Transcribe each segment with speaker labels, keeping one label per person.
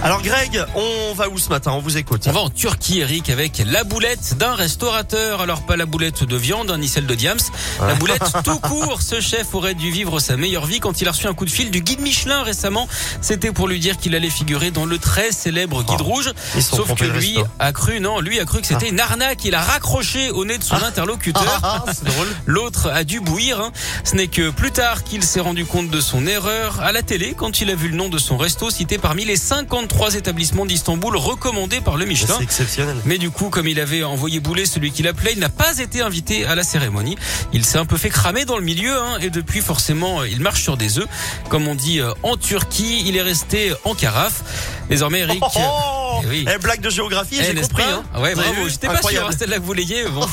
Speaker 1: Alors Greg, on va où ce matin On vous écoute.
Speaker 2: On va en Turquie, Eric, avec la boulette d'un restaurateur. Alors pas la boulette de viande, hein, ni celle de Diams. La boulette tout court. Ce chef aurait dû vivre sa meilleure vie quand il a reçu un coup de fil du guide Michelin récemment. C'était pour lui dire qu'il allait figurer dans le très célèbre guide
Speaker 1: Oh,
Speaker 2: rouge.
Speaker 1: ils se sont
Speaker 2: Sauf que
Speaker 1: trompés de
Speaker 2: lui
Speaker 1: resto. Ah.
Speaker 2: a cru, non, lui a cru que c'était une arnaque. Il a raccroché au nez de son interlocuteur.
Speaker 1: c'est drôle.
Speaker 2: L'autre a dû bouillir. hein. Ce n'est que plus tard qu'il s'est rendu compte de son erreur à la télé quand il a vu le nom de son resto cité parmi les 53 établissements d'Istanbul recommandés par le Michelin.
Speaker 1: C'est exceptionnel.
Speaker 2: Mais du coup, comme il avait envoyé bouler celui qui l'appelait, il n'a pas été invité à la cérémonie. Il s'est un peu fait cramer dans le milieu hein, et depuis, forcément, il marche sur des œufs. Comme on dit euh, en Turquie, il est resté en carafe. Désormais, Eric...
Speaker 1: Oh, oh
Speaker 2: Eh oui.
Speaker 1: Eh, blague de géographie,
Speaker 2: Eh,
Speaker 1: j'ai
Speaker 2: n'est-ce
Speaker 1: compris.
Speaker 2: pas
Speaker 1: hein.
Speaker 2: Ah Ouais,
Speaker 1: Vous avez
Speaker 2: bravo.
Speaker 1: vu
Speaker 2: J'étais pas sûr,
Speaker 1: Incroyable.
Speaker 2: hein, celle-là que vous l'ayez. Bon.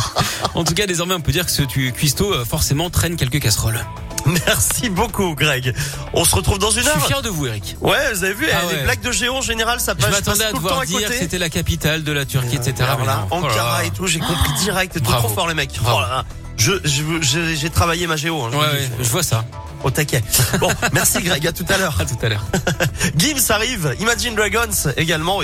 Speaker 2: en tout cas, désormais, on peut dire que ce tu- cuistot, euh, forcément, traîne quelques casseroles.
Speaker 1: Merci beaucoup, Greg. On se retrouve dans une
Speaker 2: hein Je suis
Speaker 1: heure.
Speaker 2: fier de vous, Eric.
Speaker 1: Ouais, vous avez vu,
Speaker 2: Ah
Speaker 1: eh, les
Speaker 2: ouais.
Speaker 1: blagues de géo en général, ça
Speaker 2: Je
Speaker 1: passe, bah, je passe
Speaker 2: m'attendais à
Speaker 1: tout le temps
Speaker 2: devoir
Speaker 1: à
Speaker 2: dire que
Speaker 1: côté.
Speaker 2: c'était la capitale de la Turquie, etc.
Speaker 1: Ah,
Speaker 2: mais
Speaker 1: voilà,
Speaker 2: non. Oh là
Speaker 1: Ankara
Speaker 2: là.
Speaker 1: et tout, j'ai compris direct. T'es
Speaker 2: Bravo.
Speaker 1: trop fort, les mecs.
Speaker 2: Bravo.
Speaker 1: Oh là là. Je, je veux- j'ai j'ai travaillé ma géo. hein, je
Speaker 2: Ouais,
Speaker 1: vous dis,
Speaker 2: ouais, je vois ça.
Speaker 1: je- Au taquet. Bon, merci Greg, à tout à l'heure.
Speaker 2: À tout à l'heure.
Speaker 1: Gims arrive, Imagine Dragons également.